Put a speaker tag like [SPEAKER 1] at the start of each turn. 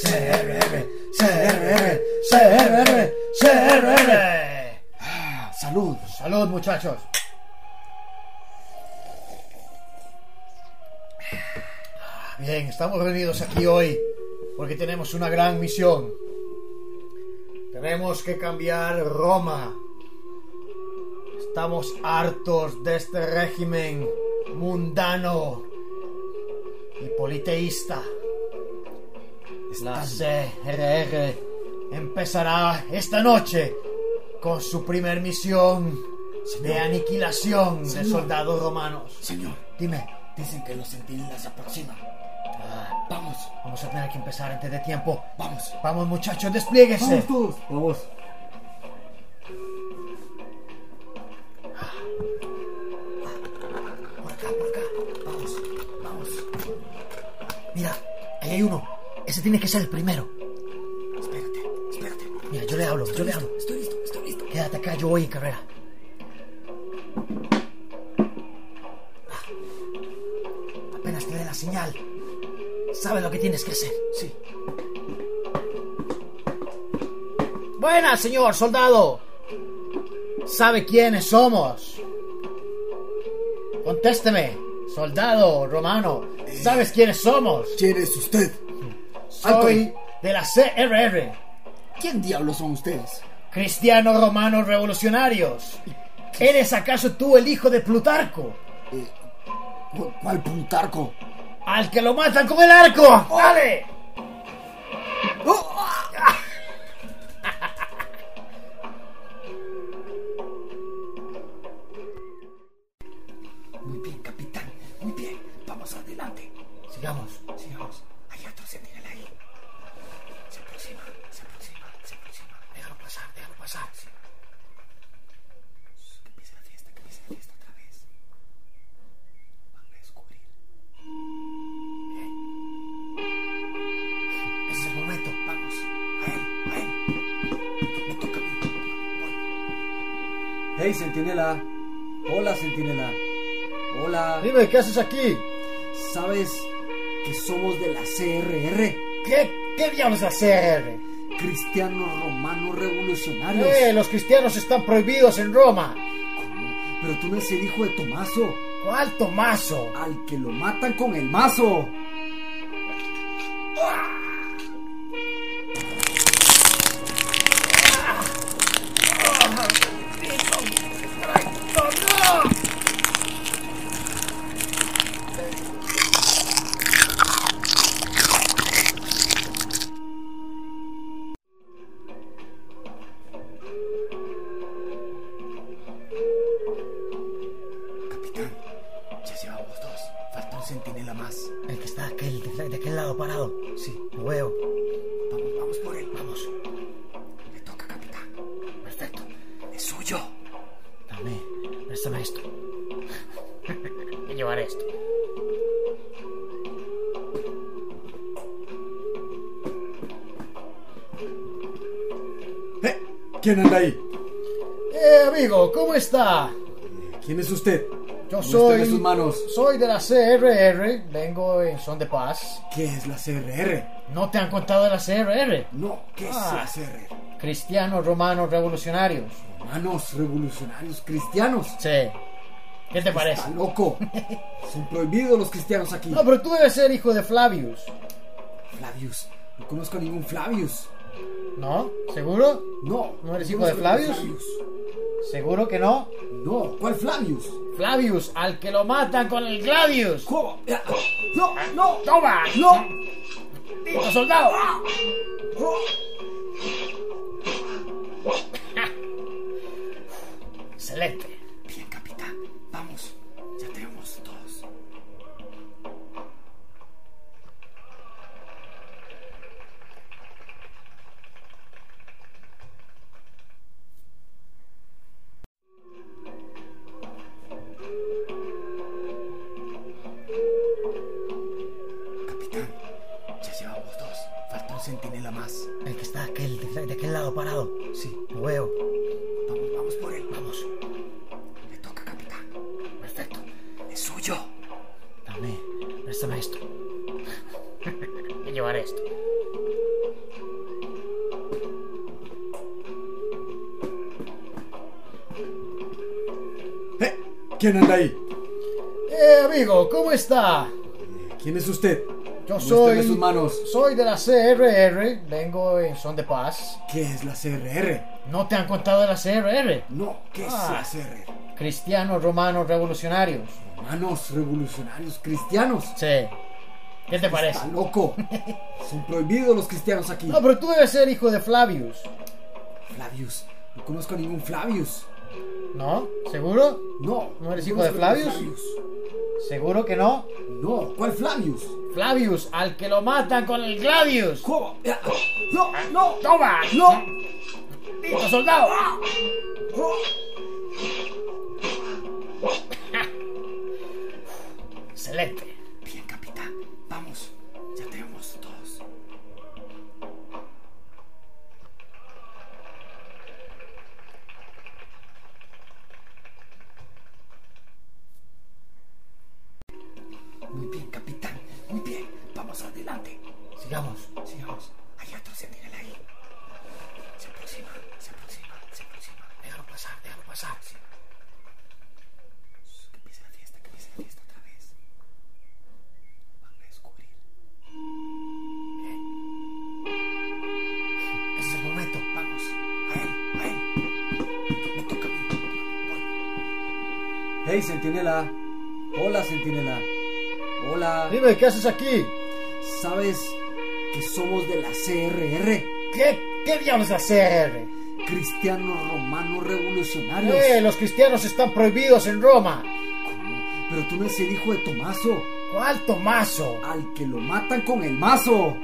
[SPEAKER 1] CRM, CRM, CRM, CRM. Ah, Salud,
[SPEAKER 2] Salud, muchachos. Ah, Bien, estamos reunidos aquí hoy porque tenemos una gran misión. Tenemos que cambiar Roma. Estamos hartos de este régimen mundano y politeísta. La CRR empezará esta noche con su primer misión de aniquilación de soldados romanos.
[SPEAKER 1] señor.
[SPEAKER 2] Dime,
[SPEAKER 1] Dicen que los sentinelas se aproximan.
[SPEAKER 2] ah,
[SPEAKER 1] Vamos,
[SPEAKER 2] vamos a tener que empezar antes de tiempo.
[SPEAKER 1] vamos.
[SPEAKER 2] Vamos muchachos, desplieguese.
[SPEAKER 1] Vamos todos. Vamos.
[SPEAKER 2] Por acá, por acá. Vamos, vamos. Mira, ahí hay uno. Ese tiene que ser el primero.
[SPEAKER 1] Espérate, espérate.
[SPEAKER 2] Mira, yo le hablo, yo le hablo.
[SPEAKER 1] Estoy listo, estoy listo.
[SPEAKER 2] Quédate acá, yo voy en carrera. Ah, Apenas te dé la señal. Sabes lo que tienes que hacer.
[SPEAKER 1] Sí.
[SPEAKER 2] Buenas, señor soldado. ¿Sabe quiénes somos? Contésteme, soldado romano. ¿Sabes quiénes somos?
[SPEAKER 1] ¿Quién es usted?
[SPEAKER 2] Soy de la CRR,
[SPEAKER 1] ¿Quién diablos son ustedes?
[SPEAKER 2] cristianos romanos revolucionarios. ¿Eres acaso tú el hijo de Plutarco?
[SPEAKER 1] Eh, ¿cu- ¿Cuál Plutarco?
[SPEAKER 2] ¡Al que lo matan con el arco! ¡Dale!
[SPEAKER 1] ¡Oh! ah! Muy bien, capitán. Muy bien. Vamos adelante.
[SPEAKER 2] Sigamos.
[SPEAKER 1] Sigamos. Hay otro sentinela ahí. Se aproxima, se aproxima, se aproxima.
[SPEAKER 2] Déjalo pasar, déjalo pasar.
[SPEAKER 1] Que empiece la fiesta, que empiece la fiesta otra vez. Van a descubrir.
[SPEAKER 2] Ese es el momento.
[SPEAKER 1] Vamos. A él, a él. Me toca a mí. Voy.
[SPEAKER 3] Hey, Centinela. Hola, Centinela. Hola.
[SPEAKER 2] Dime, ¿qué haces aquí?
[SPEAKER 3] ¿Sabes que somos de la CRR?
[SPEAKER 2] ¿Qué, qué diablos hacer?
[SPEAKER 3] Cristianos Romanos Revolucionarios.
[SPEAKER 2] Eh, los cristianos están prohibidos en Roma.
[SPEAKER 3] ¿Cómo? Pero tú no eres el hijo de Tomaso,
[SPEAKER 2] ¿Cuál Tomaso?
[SPEAKER 3] al que lo matan con el mazo.
[SPEAKER 1] Capitán, ya llevamos dos. Falta un centinela más.
[SPEAKER 2] El que está aquel, de, de aquel lado parado.
[SPEAKER 1] Sí,
[SPEAKER 2] Lo veo.
[SPEAKER 1] vamos, vamos por él.
[SPEAKER 2] Vamos.
[SPEAKER 1] Me toca, capitán.
[SPEAKER 2] Perfecto.
[SPEAKER 1] Es suyo.
[SPEAKER 2] Dame, préstame esto. Voy a llevar esto.
[SPEAKER 3] ¿Eh? ¿Quién anda ahí?
[SPEAKER 2] Eh, amigo, ¿cómo está?
[SPEAKER 3] ¿Quién es usted?
[SPEAKER 2] Yo
[SPEAKER 3] ¿Cómo
[SPEAKER 2] soy.
[SPEAKER 3] están sus manos?
[SPEAKER 2] Soy de la CRR. Vengo en son de paz.
[SPEAKER 3] ¿Qué es la CRR?
[SPEAKER 2] ¿No te han contado de la CRR?
[SPEAKER 3] No, ¿qué es
[SPEAKER 2] Ah.
[SPEAKER 3] la CRR?
[SPEAKER 2] Cristianos romanos revolucionarios.
[SPEAKER 3] Romanos revolucionarios cristianos.
[SPEAKER 2] Sí. ¿Qué te parece?
[SPEAKER 3] Está loco. Son prohibidos los cristianos aquí.
[SPEAKER 2] No, pero tú debes ser hijo de Flavius.
[SPEAKER 3] Flavius. No conozco a ningún Flavius.
[SPEAKER 2] ¿No? ¿Seguro?
[SPEAKER 3] No.
[SPEAKER 2] ¿No eres hijo
[SPEAKER 3] conozco
[SPEAKER 2] de
[SPEAKER 3] a ningún
[SPEAKER 2] Flavius? ¿Seguro que no?
[SPEAKER 3] Flavius. No. ¿Cuál Flavius?
[SPEAKER 2] Flavius, al que lo matan con el Gladius.
[SPEAKER 3] ¿Cómo? Eh, No,
[SPEAKER 2] Ah.
[SPEAKER 3] no,
[SPEAKER 2] ¡Toma!
[SPEAKER 3] no. Ah.
[SPEAKER 2] ¡Listo, soldado! Excelente.
[SPEAKER 1] Bien, capitán. Vamos. Ya tenemos dos. Capitán, ya llevamos dos. Falta un centinela más.
[SPEAKER 2] El que está aquel, de, de aquel lado parado.
[SPEAKER 1] Sí,
[SPEAKER 2] Lo veo.
[SPEAKER 1] vamos, vamos por él.
[SPEAKER 2] Vamos.
[SPEAKER 1] Le toca, capitán.
[SPEAKER 2] Perfecto.
[SPEAKER 1] Es suyo.
[SPEAKER 2] Dame, préstame esto. Voy a llevar esto.
[SPEAKER 3] ¿Eh? ¿Quién anda ahí?
[SPEAKER 2] Eh, amigo, ¿cómo está?
[SPEAKER 3] ¿Quién es usted?
[SPEAKER 2] Yo
[SPEAKER 3] Muéstreme
[SPEAKER 2] soy.
[SPEAKER 3] sus manos.
[SPEAKER 2] Soy de la CRR, vengo en son de paz.
[SPEAKER 3] ¿Qué es la CRR?
[SPEAKER 2] ¿No te han contado de la CRR?
[SPEAKER 3] No, ¿qué
[SPEAKER 2] Ah.
[SPEAKER 3] es la CRR?
[SPEAKER 2] Cristianos romanos revolucionarios.
[SPEAKER 3] Hermanos revolucionarios cristianos.
[SPEAKER 2] Sí. ¿Qué te parece?
[SPEAKER 3] Está loco. Son prohibidos los cristianos aquí.
[SPEAKER 2] No, pero tú debes ser hijo de Flavius,
[SPEAKER 3] Flavius. No conozco a ningún Flavius.
[SPEAKER 2] ¿no? ¿Seguro?
[SPEAKER 3] No.
[SPEAKER 2] ¿No eres
[SPEAKER 3] no
[SPEAKER 2] hijo de
[SPEAKER 3] conozco a ningún
[SPEAKER 2] Flavius? ¿Seguro que no?
[SPEAKER 3] No. ¿Cuál Flavius?
[SPEAKER 2] Flavius, al que lo matan con el Gladius.
[SPEAKER 3] ¿Cómo? Eh, No, no.
[SPEAKER 2] ¡Toma!
[SPEAKER 3] No.
[SPEAKER 2] ¡Listo, soldado! Excelente.
[SPEAKER 4] Bien, capitán. Vamos. Ya tenemos dos. Muy bien, capitán. Muy bien. Vamos adelante.
[SPEAKER 5] Sigamos.
[SPEAKER 4] Sigamos. Hay otro sentinela ahí. Se aproxima, se aproxima, se aproxima.
[SPEAKER 5] Déjalo pasar, déjalo pasar.
[SPEAKER 4] Que empiece la fiesta, que empiece la fiesta otra vez. Van a descubrir.
[SPEAKER 3] Eh,
[SPEAKER 5] Es el momento.
[SPEAKER 4] Vamos. A él, a él. Me toca a mí. Voy.
[SPEAKER 3] Hey, Centinela. Hola, Centinela. Hola.
[SPEAKER 2] Dime, ¿qué haces aquí?
[SPEAKER 3] ¿Sabes que somos de la CRR?
[SPEAKER 2] ¿Qué, qué diablos hacer?
[SPEAKER 3] Cristianos romanos revolucionarios.
[SPEAKER 2] Eh, los cristianos están prohibidos en Roma.
[SPEAKER 3] ¿Cómo? Pero tú no eres el hijo de Tomaso,
[SPEAKER 2] ¿Cuál Tomaso?
[SPEAKER 3] al que lo matan con el mazo.